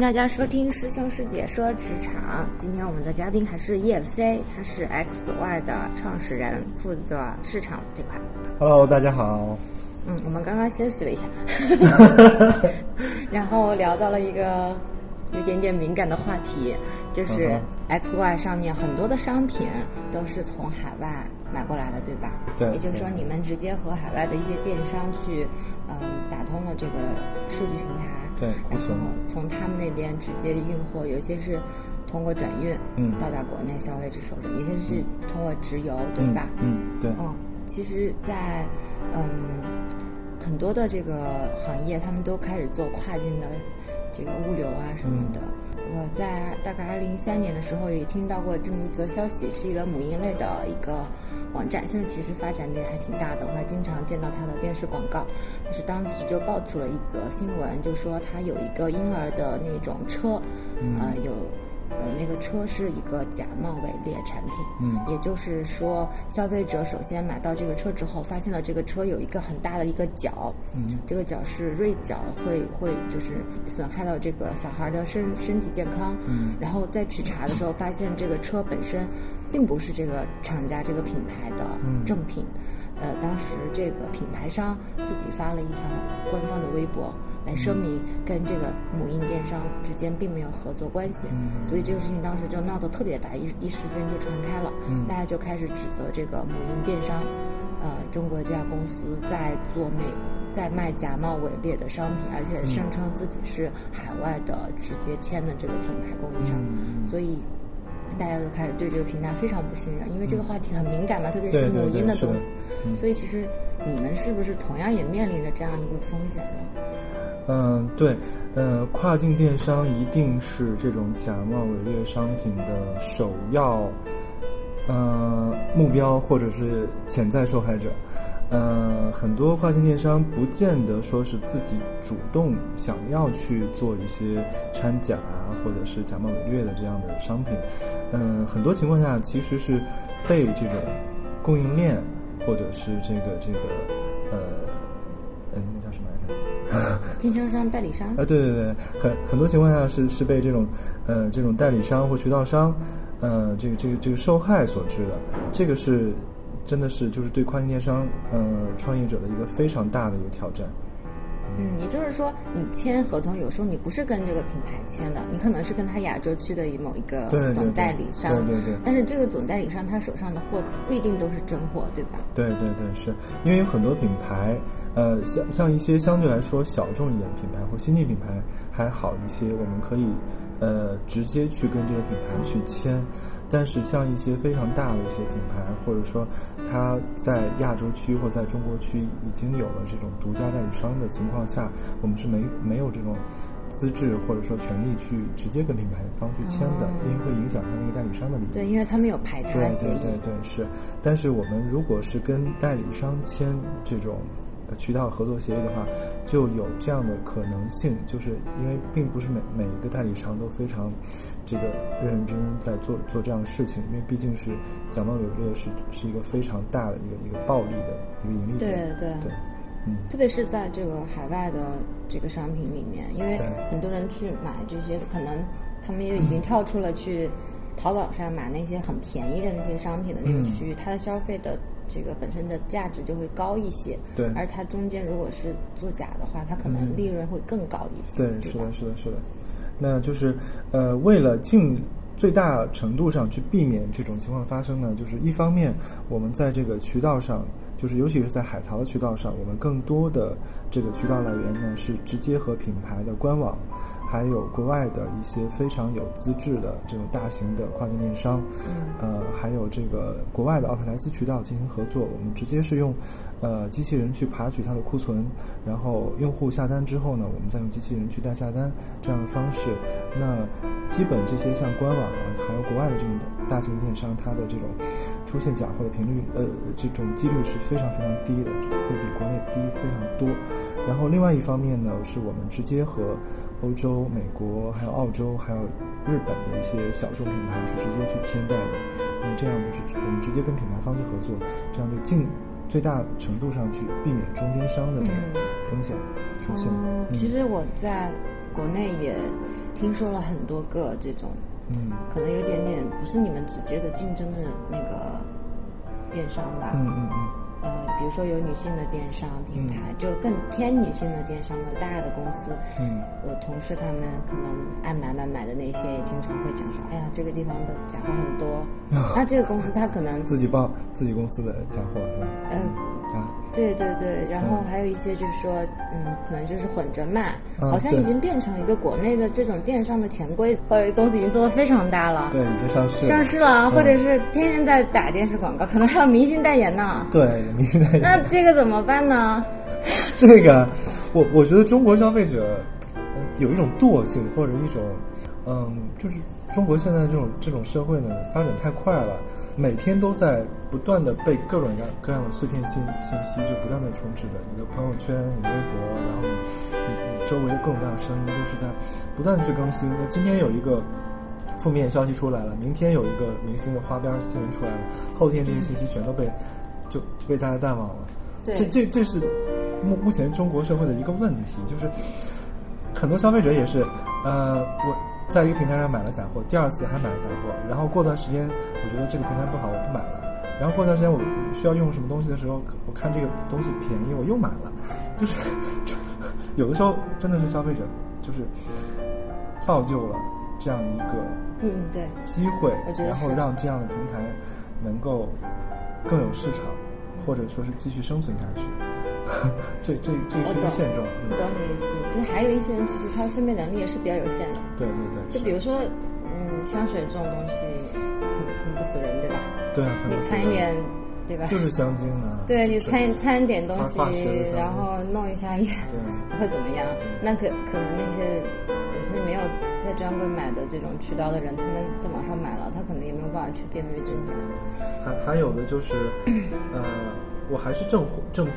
大家收听师兄师姐说职场。今天我们的嘉宾还是叶飞，他是 XY 的创始人，负责市场这块。 Hello，大家好。嗯，我们刚刚休息了一 下，然后聊到了一个有点点敏感的话题，就是嗯 XY 上面很多的商品都是从海外买过来的，对吧？对也就是说，你们直接和海外的一些电商去，嗯、打通了这个数据平台，对没然错后从他们那边直接运货，有些是通过转运，嗯到达国内消费者手上，有些是通过直邮，对吧？嗯，对，嗯，其实在，嗯很多的这个行业，他们都开始做跨境的这个物流啊什么的。我在大概二零一三年的时候也听到过这么一则消息，是一个母婴类的一个网站，现在其实发展的也还挺大的，我还经常见到它的电视广告。但是当时就爆出了一则新闻，就说它有一个婴儿的那种车，呃，有呃那个车是一个假冒伪劣产品，嗯也就是说，消费者首先买到这个车之后，发现了这个车有一个很大的一个角，嗯这个角是锐角，会会就是损害到这个小孩的身身体健康。嗯然后在去查的时候，发现这个车本身并不是这个厂家这个品牌的嗯正品。呃，当时这个品牌商自己发了一条官方的微博嗯来声明跟这个母婴电商之间并没有合作关系，嗯所以这个事情当时就闹得特别大，一一时间就传开了，嗯大家就开始指责这个母婴电商，呃，中国这家公司在做美，在卖假冒伪劣的商品，而且声称自己是海外的直接签的这个品牌供应商，嗯所以。大家就开始对这个平台非常不信任，因为这个话题很敏感嘛，特别对是对母对婴的是东的西，嗯所以其实你们是不是同样也面临着这样一个风险呢？嗯，对，呃，跨境电商一定是这种假冒伪劣商品的首要，呃，目标或者是潜在受害者。呃，很多跨境电商不见得说是自己主动想要去做一些掺假啊，或者是假冒伪劣的这样的商品。嗯、很多情况下其实是被这种供应链或者是这个这个呃，嗯，那叫什么来着？经销商、代理商，啊，对对对，很很多情况下是是被这种，呃，这种代理商或渠道商，呃，这个这个这个受害所致的，这个是真的是就是对跨境电商，呃，创业者的一个非常大的一个挑战。嗯，也就是说，你签合同有时候你不是跟这个品牌签的，你可能是跟他亚洲区的某一个对对总对代理商，对对对但是这个总代理商他手上的货不一定都是真货，对吧？对对对，是因为有很多品牌，呃，像像一些相对来说小众一点的品牌或新进品牌还好一些，我们可以呃直接去跟这些品牌去签。但是像一些非常大的一些品牌，或者说它在亚洲区或在中国区已经有了这种独家代理商的情况下，我们是没没有这种资质或者说权利去直接跟品牌方去签的，哦因为会影响它那个代理商的利益。对，因为他们有排他对协对议，对对，是。但是我们如果是跟代理商签这种呃渠道合作协议的话，就有这样的可能性，就是因为并不是每每一个代理商都非常这个认认真真在做做这样的事情，因为毕竟是假冒伪劣是是一个非常大的一个一个暴利的一个盈利点。对对对，嗯，特别是在这个海外的这个商品里面，因为对很多人去买这些，可能他们也已经跳出了去淘宝上买那些很便宜的那些商品的嗯那个区域，它的消费的这个本身的价值就会高一些。对嗯而它中间如果是做假的话，它可能利润会更高一些。对，对是吧的，？是的，是的。那就是呃，为了尽最大程度上去避免这种情况发生呢，就是一方面我们在这个渠道上，就是尤其是在海淘的渠道上，我们更多的这个渠道来源呢是直接和品牌的官网。还有国外的一些非常有资质的这种大型的跨境电商，呃，还有这个国外的奥特莱斯渠道进行合作，我们直接是用呃机器人去爬取它的库存，然后用户下单之后呢，我们再用机器人去代下单这样的方式。那基本这些像官网啊，还有国外的这种大型电商，它的这种出现假货的频率，呃，这种几率是非常非常低的，会比国内低非常多。然后另外一方面呢，是我们直接和欧洲、美国、还有澳洲、还有日本的一些小众品牌是直接去签代理，那这样就是我们直接跟品牌方去合作，这样就尽最大程度上去避免中间商的这种嗯风险出现。哦，嗯其实我在国内也听说了很多个这种，嗯可能有点点不是你们直接的竞争的那个电商吧，嗯嗯嗯呃，比如说有女性的电商平台，嗯就更偏女性的电商的大的公司。嗯，我同事他们可能爱买买买的那些，也经常会讲说，哎呀，这个地方的假货很 多。那这个公司它可能，自己报自己公司的假货是吧？呃，啊，对对对，然后嗯还有一些就是说，嗯，可能就是混着卖，嗯好像对已经变成一个国内的这种电商的潜规则，或者公司已经做的非常大了，对，已经上市了，上市了，嗯或者是天天在打电视广告，可能还有明星代言呢。对，明星代言。那这个怎么办呢？ 这个，我我觉得中国消费者嗯有一种惰性，或者一种，嗯，就是中国现在这种这种社会呢，发展太快了，每天都在不断的被各种各样各样的碎片信信息就不断的充斥着，你的朋友圈、你的微博，然后你你你周围的各种各样的声音都是在不断的去更新。那今天有一个。负面消息出来了，明天有一个明星的花边新闻出来了，后天这些信息全都被就就被大家淡忘了。对这这这是目目前中国社会的一个问题，就是很多消费者也是，呃，我在一个平台上买了假货，第二次还买了假货，然后过段时间我觉得这个平台不好，我不买了。然后过段时间我需要用什么东西的时候，我看这个东西便宜，我又买了。就是有的时候真的是消费者就是造就了这样一个嗯，对，机会我，觉得然后是让这样的平台能够更有市场，或者说是继续生存下去。 这这这我是一个懂现状，我嗯，懂你意思。就是还有一些人，其实他分辨能力也是比较有限的。对对对，就比如说，嗯，香水这种东西喷喷不死人，对吧？是对啊，可能你掺一点，对吧？ 就是香精 啊，对你是掺掺点东西化化学的香精，然后弄一下也 对啊不会怎么样对。那可可能那些有些没有在专柜买的这种渠道的人，他们在网上买了，他可能也没有办法去辨别真假。还还有的就是，呃，我还是正货正品，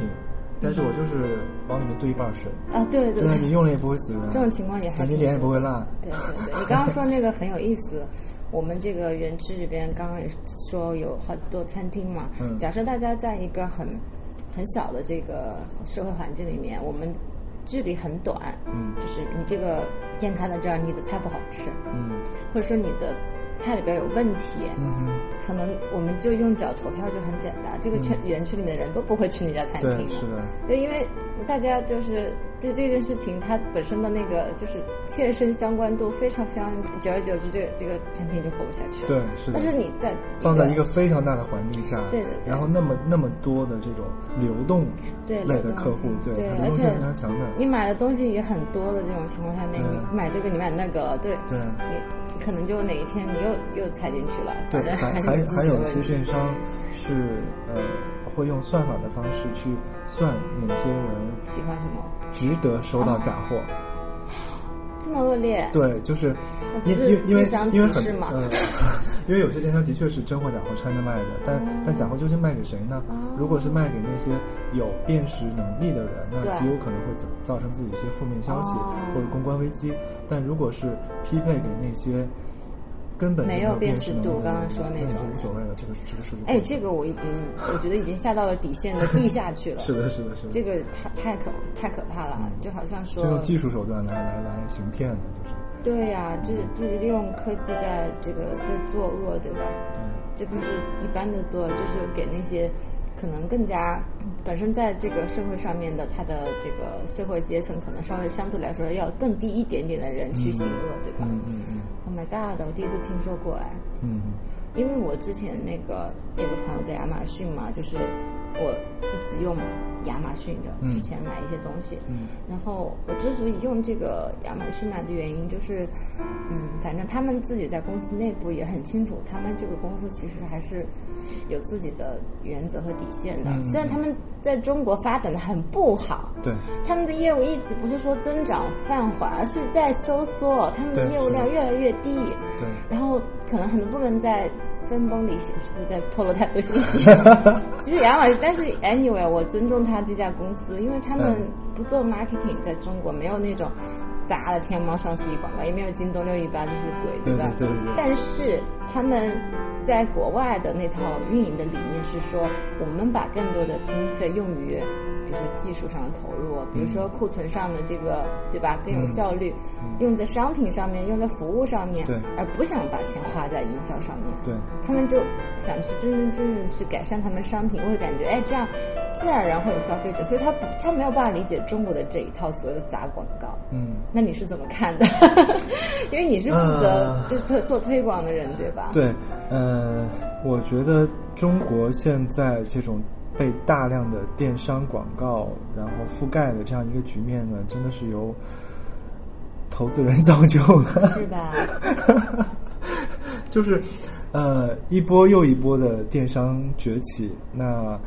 但是我就是往里面兑一半水，啊，对对对啊，你对，用了也不会死人，这种情况也还对你挺脸也多不会烂，对对对，你刚刚说那个很有意思。我们这个园区里边刚刚也说有好多餐厅嘛。嗯假设大家在一个很很小的这个社会环境里面，我们距离很短，嗯就是你这个店开到这儿，你的菜不好吃，嗯或者说你的菜里边有问题，嗯可能我们就用脚投票就很简单。这个圈、园区里面的人都不会去那家餐哼，厅的嗯对，是的，就因为大家就是对这件事情，它本身的那个就是切身相关度非常非常，久而久之，这个这个餐厅就活不下去了。对是的但。是你在一放在一个非常大的环境下，对对对然后那么那么多的这种流动对类流的动客户性，对对它，流而动性且非常强的，你买的东西也很多的这种情况下面，对你买这个你买那个，对对你可能就哪一天你又又踩进去了，对反，正还还是还你自还己的有一问些题。电商是呃会用算法的方式去算哪些人喜欢什么值得收到假货，啊这么恶劣？对，就是那不因是因因为智商因为歧视很吗呃因为有些电商的确是真货假货掺着卖的，但、嗯但假货究竟卖给谁呢？哦如果是卖给那些有辨识能力的人，那对极有可能会造造成自己一些负面消息、哦或者公关危机。但如果是匹配给那些根本就没没有有辨辨识识能力度的刚人刚说那那也是种无所谓了，这个这个数据。哎，这个我已经，我觉得已经下到了底线的地下去了。 是的，是的，是的，这个太太可太可怕了，就好像嗯这用说，技术手段来来来行骗的，就是对呀、这这利用科技在这个在作恶，对吧？嗯这不是一般的作恶，就是给那些可能更加本身在这个社会上面的他的这个社会阶层，可能稍微相对来说要更低一点点的人去行恶，对吧、嗯嗯嗯 o h my god！我第一次听说过哎，嗯因为我之前那个有个朋友在亚马逊嘛，就是我一直用亚马逊的，嗯之前买一些东西。嗯然后我之所以用这个亚马逊买的原因就是，嗯，反正他们自己在公司内部也很清楚，他们这个公司其实还是有自己的原则和底线的。嗯嗯虽然他们在中国发展的很不好，嗯，对，他们的业务一直不是说增长放缓，而是在收缩，他们的对业务是量的越来越低。对。然后可能很多部门在分崩离析，是不是在透露太多信 息？其实亚马逊，但是 anyway，我尊重他这家公司，因为他们嗯不做 marketing，在中国没有那种砸的天猫双十一广告，也没有京东六一八这些鬼，对吧？对对嗯对对但是他们在国外的那套运营的理念是说，我们把更多的经费用于。比如就是技术上的投入，比如嗯说库存上的这个，对吧？更有效率，用在商品上面，用在服务上面对，而不想把钱花在营销上面。对，他们就想去真真正正去改善他们商品，会感觉哎，这样自然而然会有消费者，所以他不他没有办法理解中国的这一套所有的砸广告。嗯。那你是怎么看的？ 因为你是负责嗯就是推做推广的人，对吧？对，呃，我觉得中国现在这种被大量的电商广告然后覆盖的这样一个局面呢，真的是由投资人 造就的，是吧？ 就是呃一波又一波的电商崛起，那。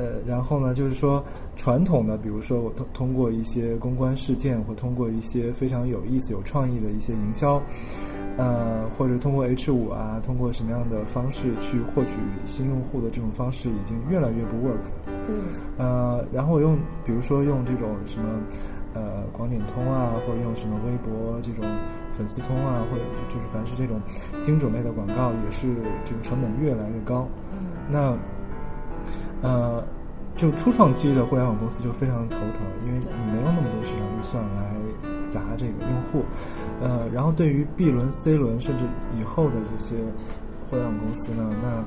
呃，然后呢，就是说传统的，比如说我通通过一些公关事件，或通过一些非常有意思、有创意的一些营销，呃，或者通过 H 五啊，通过什么样的方式去获取新用户的这种方式，已经越来越不 work 了。嗯，呃，然后用比如说用这种什么呃广点通啊，或者用什么微博这种粉丝通啊，或者就就是凡是这种精准类的广告，也是这个成本越来越高。嗯那呃，就初创期的互联网公司就非常头疼，因为对你没有那么多市场预算来砸这个用户。呃，然后对于 B 轮、C 轮甚至以后的这些互联网公司呢，那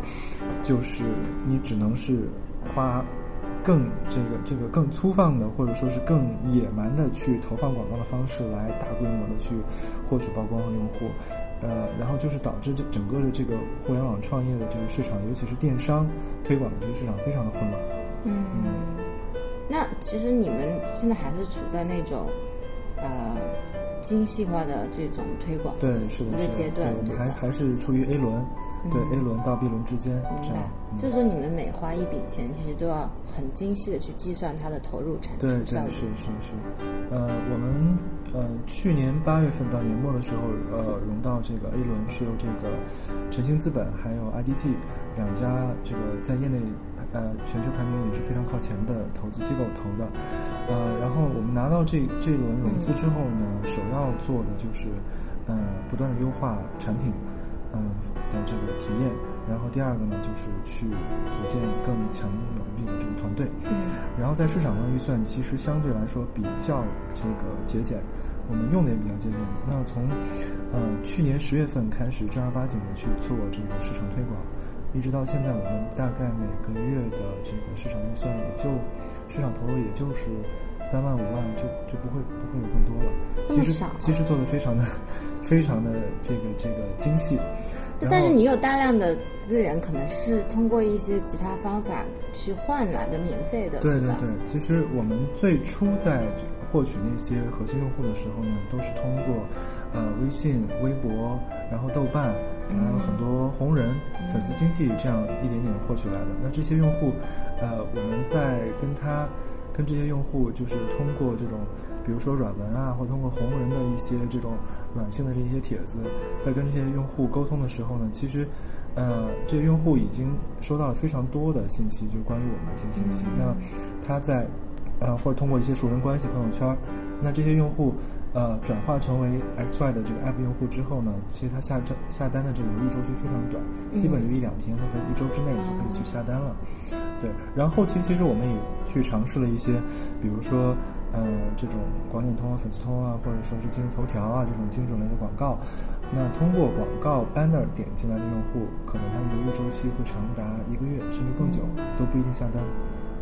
就是你只能是花。更这个这个更粗放的，或者说是更野蛮的去投放广告的方式来大规模的去获取曝光和用户，呃，然后就是导致这整个的这个互联网创业的这个市场，尤其是电商推广的这个市场非常的混乱。嗯。 那其实你们现在还是处在那种呃精细化的这种推广对，是一个的，是的，阶对段，，我们还吧？还是处于 A 轮，对、嗯 A 轮到 B 轮之间明这样白。，嗯所以说你们每花一笔钱，其实都要很精细的去计算它的投入产出对对效是率。是是，呃，我们呃去年八月份到年末的时候，呃，融到这个 A 轮是由这个晨兴资本还有 IDG 两家这个在业内呃全球排名也是非常靠前的投资机构投的，呃，然后我们拿到这这一轮融资之后呢，首要做的就是嗯、呃不断的优化产品。嗯的这个体验，然后第二个呢，就是去组建更强有力的这个团队。嗯然后在市场上预算其实相对来说比较这个节俭，我们用的也比较节俭。那从呃去年十月份开始正儿八经的去做这个市场推广，一直到现在，我们大概每个月的这个市场预算也就市场投入也就是三万五万就就不会不会有更多了。这么其实少啊其实做的非常的非常的这个这个精细。然但后是你有大量的资源，可能是通过一些其他方法去换来的免费的，对对吧？对，其实我们最初在获取那些核心用户的时候呢，都是通过呃微信、微博，然后豆瓣，还有嗯很多红人、粉丝经济这样一点点获取来的。那这些用户，呃，我们在跟他跟这些用户，就是通过这种。比如说软文啊，或通过红人的一些这种软性的这些帖子，在跟这些用户沟通的时候呢，其实，呃，这些用户已经收到了非常多的信息，就关于我们的一些信息。那他在呃或者通过一些熟人关系、朋友圈儿，那这些用户呃转化成为 XY 的这个 app 用户之后呢，其实他下单下单的这个邮递周期非常短，基本就一两天或者在一周之内就可以去下单了。对，然后后期其实我们也去尝试了一些，比如说，呃，这种广点通啊、粉丝通啊，或者说是今日头条啊这种精准类的广告。那通过广告 banner 点进来的用户，可能他的犹豫周期会长达一个月甚至更久，都不一定下单。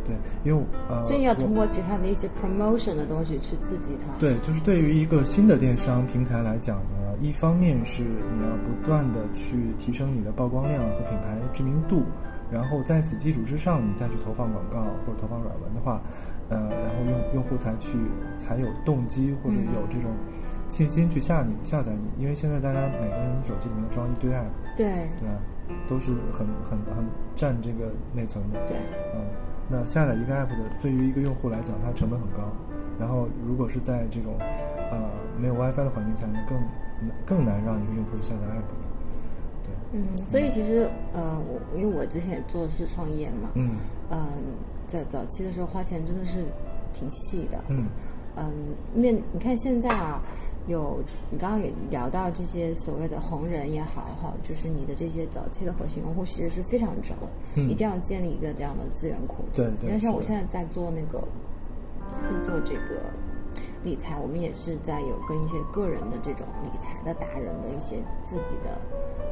对，因为呃，所以你要我通过其他的一些 promotion 的东西去刺激它。对，就是对于一个新的电商平台来讲呢，一方面是你要不断的去提升你的曝光量和品牌知名度，然后在此基础之上，你再去投放广告或者投放软文的话，呃，然后用用户才去才有动机或者嗯有这种信心去下你下载你，因为现在大家每个人手机里面装一堆 app，对对吧？都是很很很占这个内存的，对嗯，那下载一个 app 的，对于一个用户来讲，它成本很高。然后，如果是在这种呃没有 WiFi 的环境下，那更更难让一个用户下载 app 了。对，嗯，所以其实呃，我因为我之前也做的是创业嘛，嗯嗯、在早期的时候花钱真的是挺细的，呃嗯嗯，面你看现在啊，有你刚刚也聊到这些所谓的红人也好哈，就是你的这些早期的核心用户其实是非常重要，嗯一定要建立一个这样的资源库。对对因为像我是现在在做那个，在做这个理财，我们也是在有跟一些个人的这种理财的达人的一些自己的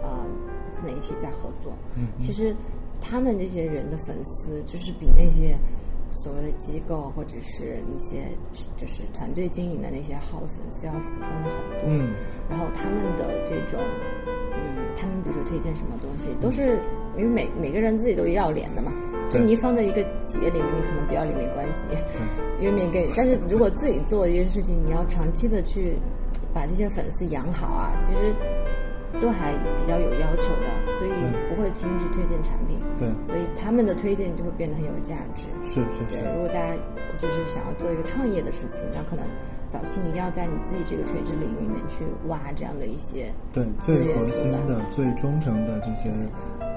呃自媒体在合作。嗯其实他们这些人的粉丝，就是比那些所谓的机构或者是一些就是团队经营的那些好的粉丝要死忠的很多。嗯然后他们的这种，嗯，他们比如说推荐什么东西，都是因为每每个人自己都要脸的嘛。就嗯对你放在一个企业里面，你可能不要脸没关系，因为没给。但是如果自己做一件事情，你要长期的去把这些粉丝养好啊，其实都还比较有要求的，所以对不会轻易去推荐产品。对，所以他们的推荐就会变得很有价值。是是对是，，如果大家就是想要做一个创业的事情，那可能早期你一定要在你自己这个垂直领域里面去挖这样的一些，对资源最核心出的、最忠诚的这些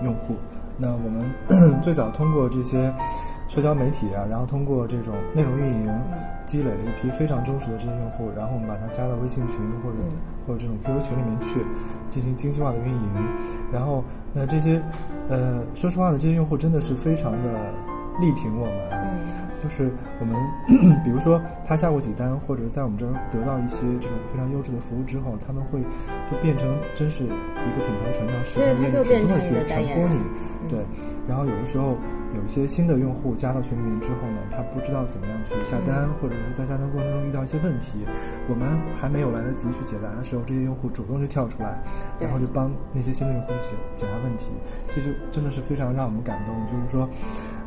用户。那我们最早通过这些社交媒体啊，然后通过这种内容运营，积累了一批非常忠实的这些用户，然后我们把它加到微信群或者、嗯或者这种 QQ 群里面去进行精细化的运营。然后那这些呃，说实话呢，这些用户真的是非常的力挺我们啊。嗯就是我们， 比如说他下过几单，或者在我们这儿得到一些这种非常优质的服务之后，他们会就变成真是一个品牌传教士，对因为他就变成主你动的地去代传言播人嗯你，对。然后有的时候有一些新的用户加到群里面之后呢，他不知道怎么样去下单，嗯或者是在下单过程中遇到一些问题，我们还没有来得及去解答的时候，这些用户主动就跳出来，对然后就帮那些新的用户去解解答问题，这就真的是非常让我们感动。就是说，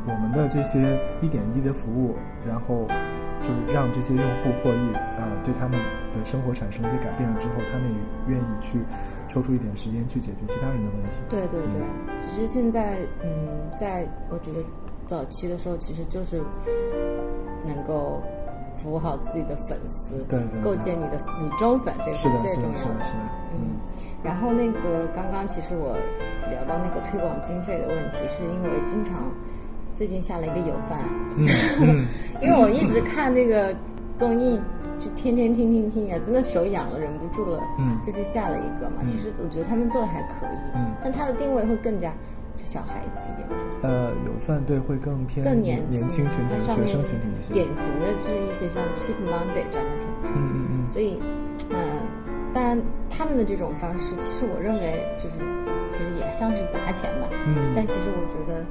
我们的这些一点一滴的服务，然后就是让这些用户获益啊、对他们的生活产生一些改变了之后，他们也愿意去抽出一点时间去解决其他人的问题。对对对，只是现在，嗯，在我觉得早期的时候，其实就是能够服务好自己的粉丝，对对对构建你的死忠粉，这个是的，最是重的，是要的，是的，嗯，然后那个刚刚其实我聊到那个推广经费的问题，是因为我经常最近下了一个有饭， 嗯因为我一直看那个综艺，就天天听听听啊，真的手痒了，忍不住了，嗯就去下了一个嘛。其实我觉得他们做的还可以，嗯但它的定位会更加就小孩子一点，呃，有饭对会更偏更年年轻群体、它上学面生群体一些。典型的是一些像 Cheap Monday 这样的品牌。嗯嗯嗯，所以，嗯、当然他们的这种方式，其实我认为就是其实也像是砸钱吧，嗯但其实我觉得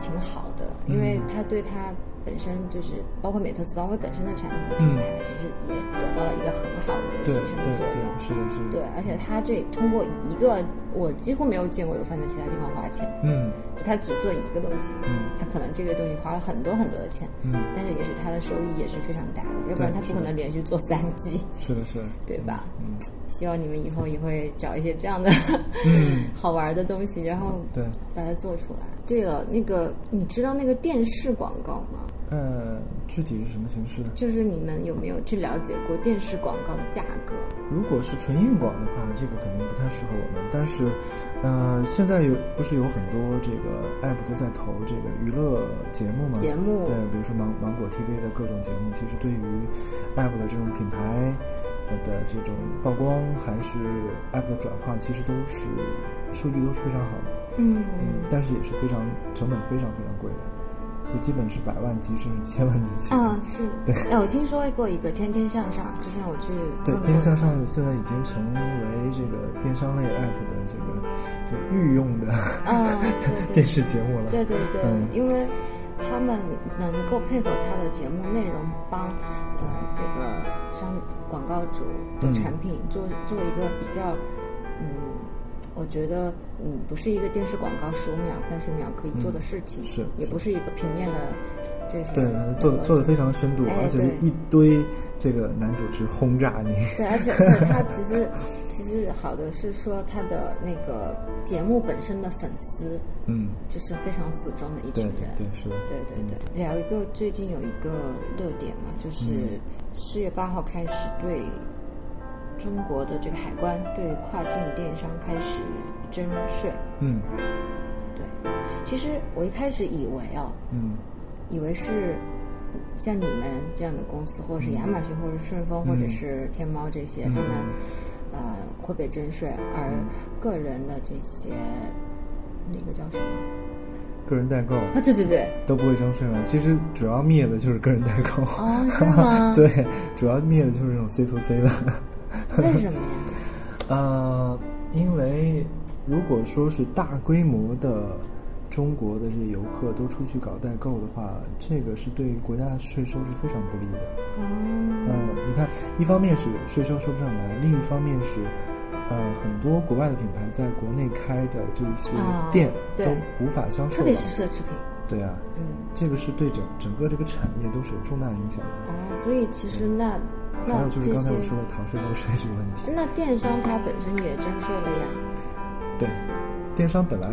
挺好的，因为他对他本身就是包括美特斯邦威本身的产品的品牌，其实也得到了一个很好的一个提嗯对对升的作用。对，是的，是的。对，而且他这通过一个我几乎没有见过有放在其他地方花钱，嗯就他只做一个东西，嗯他可能这个东西花了很多很多的钱，嗯，但是也许他的收益也是非常大的，要不然他不对是可的能连续做三季。是的，是的。对吧？嗯希望你们以后也会找一些这样的嗯， 好玩的东西，然后对，把它做出来。对了，那个你知道那个电视广告吗？呃，具体是什么形式呢？就是你们有没有去了解过电视广告的价格？如果是纯硬广的话，这个肯定不太适合我们。但是，呃，现在有不是有很多这个 app 都在投这个娱乐节目吗？节目对，比如说芒芒果 TV 的各种节目，其实对于 app 的这种品牌呃的这种曝光，还是 app 的转化，其实都是数据都是非常好的，嗯，嗯，但是也是非常成本非常非常贵的，就基本是百万级甚至千万级起。啊，是对。哎，我听说过一个《天天向上》，之前我去对，问过电商一下上现在已经成为这个电商类 app 的这个就御用的啊，对对 电视节目了。对对对，嗯因为他们能够配合他的节目内容，帮呃这个商广告主的产品做、做一个比较，嗯，我觉得嗯不是一个电视广告十五秒、三十秒可以做的事情，是也不是一个平面的，这是对，做的做的非常的深度，啊哎而且对是一堆这个男主持轰炸 你。对，而且而且他其实其实好的是说他的那个节目本身的粉丝嗯，就是非常死忠的一对群对人，对，是的。啊对对嗯对，聊一个最近有一个热点嘛，嗯就是四月八号开始对中国的这个海关对跨境电商开始征税。嗯对，其实我一开始以为啊，嗯以为是像你们这样的公司，或者是亚马逊，或者是顺丰，或者是天猫这些，嗯他们呃会被征税，而个人的这些那个叫什么个人代购啊？对对 对，都不会征税吗？其实主要灭的就是个人代购。哦，是吗？ 对，主要灭的就是这种 C to C 的。为什么呀？呃，因为如果说是大规模的中国的这些游客都出去搞代购的话，这个是对国家的税收是非常不利的。呃哦，，你看，一方面是税收收不上来，另一方面是，呃，很多国外的品牌在国内开的这些啊店都对无法销售了，特别是奢侈品，对啊，嗯这个是对整整个这个产业都是有重大影响的。啊，所以其实那还那有就是这刚才些嗯我说的逃税漏税这个问题。那电商它本身也征税了呀，对，电商本来，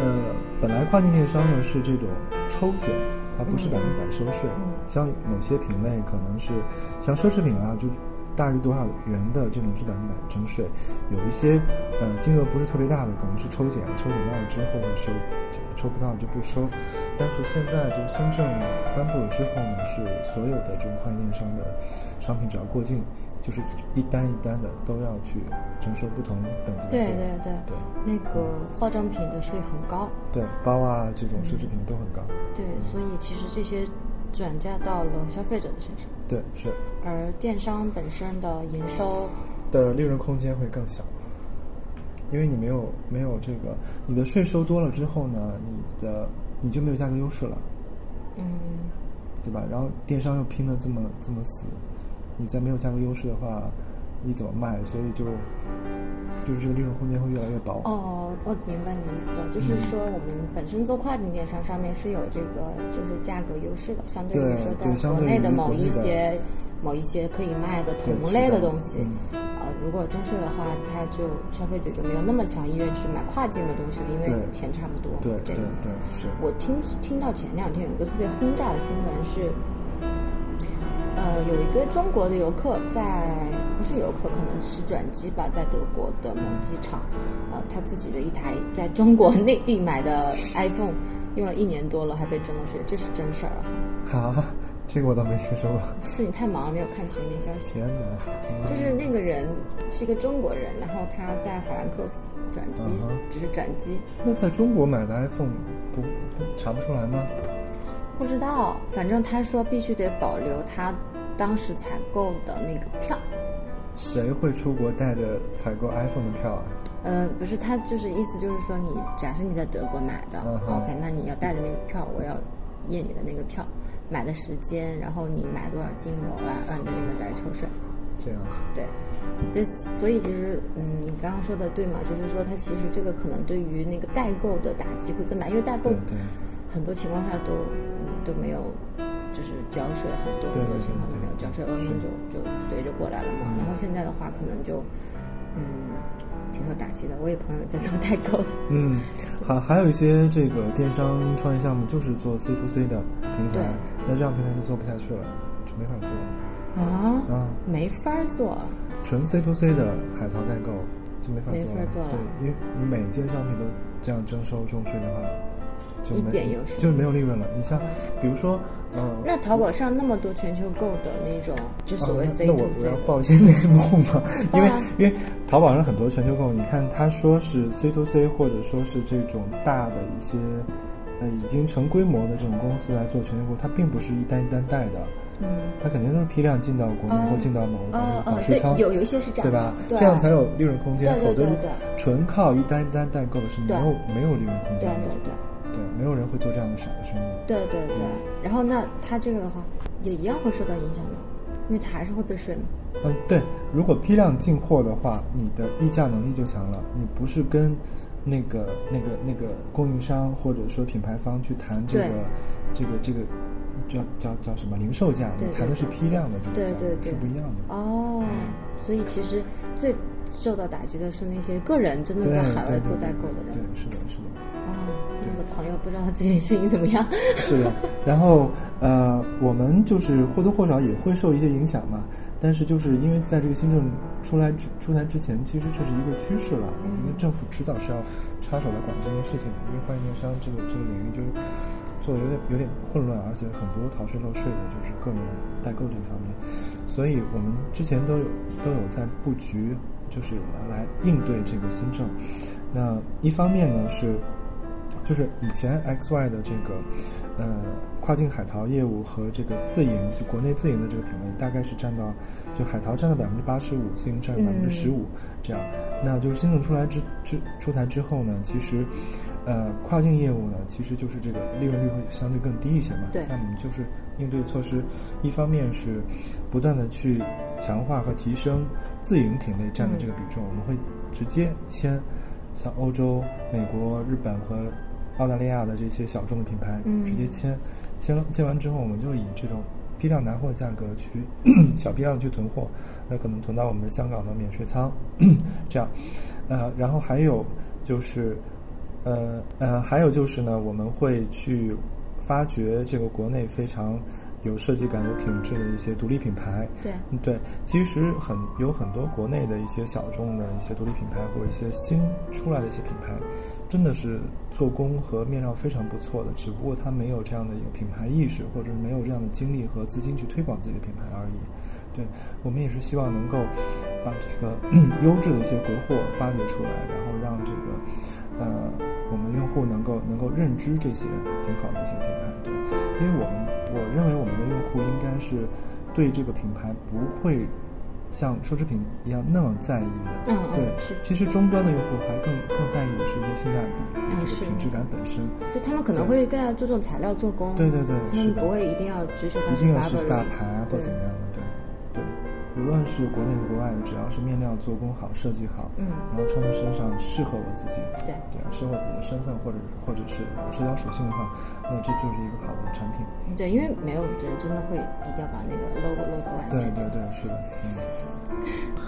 呃，本来跨境电商呢是这种抽检，它不是嗯百分百收税。嗯像某些品类可能是，像奢侈品啊，就大于多少元的这种是百分百征税。有一些，呃，金额不是特别大的，可能是抽检，抽检到了之后会收，抽不到就不收。但是现在就是新政颁布了之后呢，是所有的这种跨境电商的商品只要过境，就是一单一单的都要去征收不同等级的对税对对，对。那个化妆品的税很高，对，包啊这种奢侈品都很高。对，所以其实这些转嫁到了消费者的身上，对，是而电商本身的营收，的利润空间会更小，因为你没有没有这个，你的税收多了之后呢，你的你就没有价格优势了，嗯，对吧？然后电商又拼的这么这么死，你再没有价格优势的话，你怎么卖？所以就就是这个利润空间会越来越薄。哦，我明白你的意思了，就是说嗯我们本身做跨境电商上面是有这个就是价格优势的，相对于对说在对相国对于内的某国内一的些某一些可以卖的对同是类的的东西，嗯呃，如果征税的话，他就消费者就没有那么强意愿去买跨境的东西，因为对钱差不多，对这对个意对思。是，我听听到前两天有一个特别轰炸的新闻是，呃，有一个中国的游客在不是游客，可能只是转机吧，在德国的某机场，呃，他自己的一台在中国内地买的 iPhone 用了一年多了，还被征了税，这是真事儿啊！啊，这个我倒没听说过。是你太忙了，没有看全面消息。天哪！就是那个人是一个中国人，然后他在法兰克福转机嗯哼，只是转机，那在中国买的 iPhone 不查不出来吗？不知道。反正他说必须得保留他当时采购的那个票，谁会出国带着采购 iPhone 的票啊？呃，不是他就是意思就是说你假设你在德国买的、嗯哼 o k 那你要带着那个票，我要验你的那个票，买的时间，然后你买多少金额，我要按照这个来抽税。这样，对，但所以其实，嗯，你刚刚说的对嘛，就是说它其实这个可能对于那个代购的打击会更大，因为代购对对很多情况下都嗯都没有，就是交税，很多对很多情况都没有交税，外面就就随着过来了嘛。然后现在的话，可能就嗯挺受打击的。我有朋友在做代购的，嗯，还还有一些这个电商创业项目就是做 C to C 的平对台，那这样平台就做不下去了，就没法做了啊，啊。没法儿做，纯 C to C 的海淘代购就没法做了，没法做了对，因为你每件商品都这样征收重税的话，就没一点优势就是没有利润了。你像比如说，呃，那淘宝上那么多全球购的那种，就所谓啊那 C 那 to 我 C 我要的，报一些内幕嘛，报因为啊因为淘宝上很多全球购，你看他说是 C to C 或者说是这种大的一些呃已经成规模的这种公司来做全球购，它并不是一单一单带的，嗯，它肯定都是批量进到国内哦或进到某个哦保哦，税对仓，，有有一些是这样对的，吧？对这样才有利润空对间，否对则对对。纯靠一单一单代购是没有没有利润空对间的，对对对，没有人会做这样的傻的生意。对对对。然后那他这个的话，也一样会受到影响的，因为他还是会被税嘛。嗯，对，如果批量进货的话，你的议价能力就强了。你不是跟那个、那个、那个供应商或者说品牌方去谈这个对、这个、这个叫叫叫什么零售价，对你谈的是批量的这对个价，对对是不一样的。哦，所以其实最受到打击的是那些个人真的对在海外对对做代购的对人。，是的，是的。哦，那我的朋友不知道他最近生意怎么样。 是的，然后呃，我们就是或多或少也会受一些影响嘛。但是就是因为在这个新政出来之出台之前，其实这是一个趋势了。我觉得政府迟早是要插手来管这件事情的，因为跨境电商这个这个领域就是做的有点有点混乱，而且很多逃税漏税的就是个人代购这一方面，所以我们之前都有都有在布局，就是来应对这个新政。那一方面呢是，就是以前 XY 的这个呃跨境海淘业务和这个自营就国内自营的这个品类，大概是占到就海淘占到百分之八十五，自营占百分之十五这样。那就是新政出来之之出台之后呢，其实。呃，跨境业务呢，其实就是这个利润率会相对更低一些嘛。对那我们就是应对措施，一方面是不断的去强化和提升自营品类嗯占的这个比重，我们会直接签像欧洲、美国、日本和澳大利亚的这些小众的品牌，嗯直接签，签了签完之后，我们就以这种批量拿货价格去 小批量地去囤货，那可能囤到我们的香港的免税仓， 这样，呃，然后还有就是。呃呃，还有就是呢，我们会去发掘这个国内非常有设计感、有品质的一些独立品牌。对，嗯对，其实很有很多国内的一些小众的一些独立品牌，或者一些新出来的一些品牌，真的是做工和面料非常不错的，只不过它没有这样的一个品牌意识，或者是没有这样的精力和资金去推广自己的品牌而已。对我们也是希望能够把这个嗯优质的一些国货发掘出来，然后让这个呃我们用户能够能够认知这些挺好的一些品牌。对，因为我们我认为我们的用户应该是对这个品牌不会像奢侈品一样那么在意的。嗯对嗯，是，其实终端的用户还更更在意的是一些性价比嗯和这是个品质感本身。就他们可能对会更加注重材料做工，对对对，他是们的。不会一定要追求到一定要是 Burberry 大牌啊，或对怎么样的，对对，无论是国内国外的，只要是面料做工好、设计好，嗯，然后穿在身上适合我自己，对对啊，适合自己的身份或者或者是我社交属性的话，那这就是一个好的产品。对，因为没有人真的会一定要把那个 logo 露在外对面。对对，是的，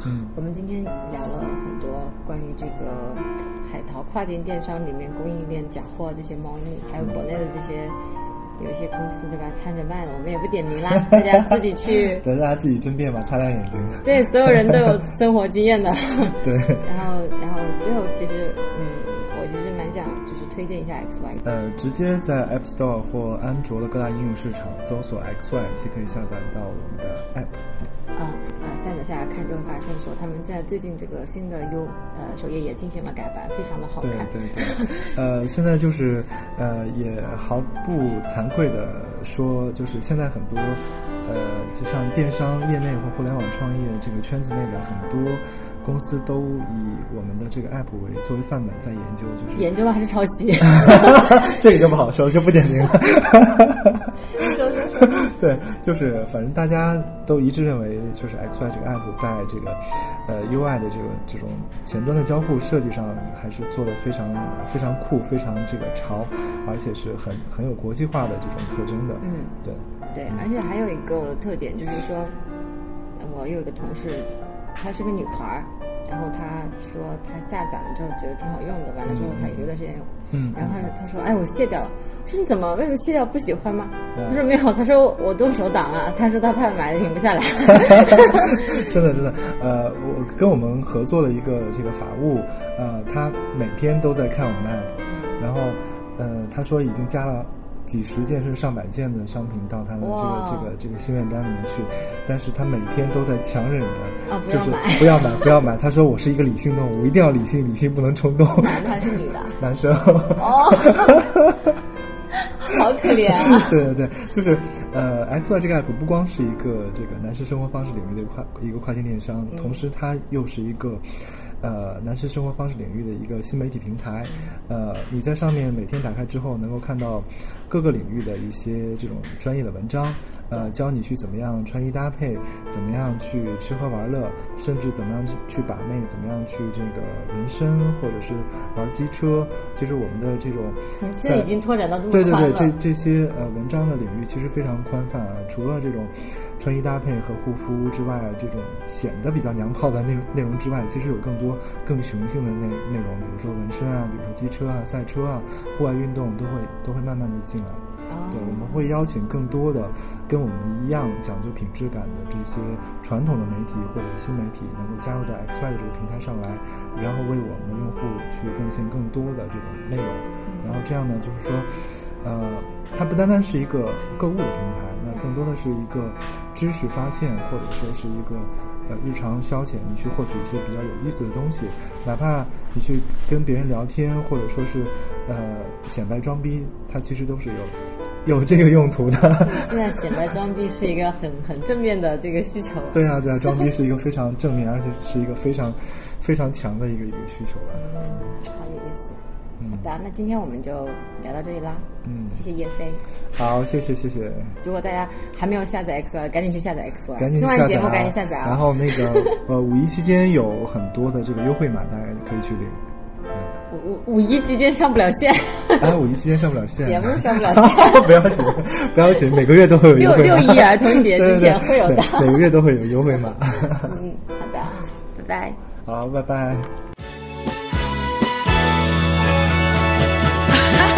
嗯我们今天聊了很多关于这个海淘跨境电商里面供应链假货这些猫腻，还有国内的这些有一些公司对吧，掺着卖的，我们也不点名啦，大家自己去 嗯，。等大家自己争辩吧，擦亮眼睛。 对，所有人都有生活经验的。 对，然后，然后最后其实，嗯，我其实蛮想就是推荐一下 XY 呃，直接在 App Store 或安卓的各大应用市场搜索 XY，即可以下载到我们的 App。啊呃下载下来看之后发现说，他们在最近这个新的 U 呃首页也进行了改版，非常的好对看。对对，呃，现在就是呃，也毫不惭愧的说，就是现在很多呃，就像电商业内或互联网创业这个圈子内的很多公司，都以我们的这个 app 为作为范本在研究，就是研究还是抄袭？ 这个就不好说，就不点名了。 对，就是反正大家都一致认为，就是 XY 这个 app 在这个呃 UI 的这个这种前端的交互设计上，还是做的非常非常酷、非常这个潮，而且是很很有国际化的这种特征的。嗯，对，对，而且还有一个特点就是说，我有一个同事，她是个女孩儿，然后她说她下载了之后觉得挺好用的，完了之后她有段时间用，嗯然后她她说哎我卸掉了，我说你怎么为什么卸掉不喜欢吗？嗯她说没有，她说我动手挡啊，她说她怕买的停不下 来，真的真的，呃，我跟我们合作的一个这个法务，呃，他每天都在看我们的 app，然后，呃，他说已经加了。几十件甚至上百件的商品到他的这个哇哦这个这个心愿单里面去，但是他每天都在强忍着，啊不就要是买不要买，不要买。他说我是一个理性动物，我一定要理性，理性不能冲动。 男的还是女的？男生，哦，好可怜 啊！ 对对对，就是呃，XY 这个 app 不光是一个这个男士生活方式领域的跨一个跨境电商，同时它又是一个呃男士生活方式领域的一个新媒体平台。呃，你在上面每天打开之后，能够看到各个领域的一些这种专业的文章，呃，教你去怎么样穿衣搭配，怎么样去吃喝玩乐，甚至怎么样去去把妹，怎么样去这个纹身或者是玩机车。其实我们的这种嗯现在已经拓展到这么对宽对了，对，这这些呃文章的领域其实非常宽泛啊，除了这种穿衣搭配和护肤之外，这种显得比较娘炮的内容内容之外，其实有更多更雄性的内内容，比如说纹身啊，比如说机车啊、赛车啊、户外运动都会都会慢慢的进来。哦对，我们会邀请更多的跟我们一样讲究品质感的这些传统的媒体或者新媒体，能够加入到 XY 的这个平台上来，然后为我们的用户去贡献更多的这种内容。然后这样呢，就是说，呃，它不单单是一个购物的平台，那更多的是一个知识发现，或者说是一个呃日常消遣，你去获取一些比较有意思的东西，哪怕你去跟别人聊天，或者说是呃显摆装逼，它其实都是有有这个用途的。 现在显摆装逼是一个很很正面的这个需求。对啊，对啊，装逼是一个非常正面，而且是一个非常非常强的一个一个需求吧。好有意思。嗯好的，那今天我们就聊到这里啦。嗯，谢谢叶飞。好，谢谢谢谢。如果大家还没有下载 XY，赶紧去下载 XY。赶听紧去完下载节目啊赶紧下载然啊！后那个呃，五一期间有很多的这个优惠码，大家可以去领。五五五一期间上不了线，哎，五一期间上不了线，节目上不了线。 不要紧，不要紧，每个月都会有优六惠六码。一儿童节之前会有对的。对对每个月都会有优惠码。 嗯，好的，拜拜。好，拜拜。 I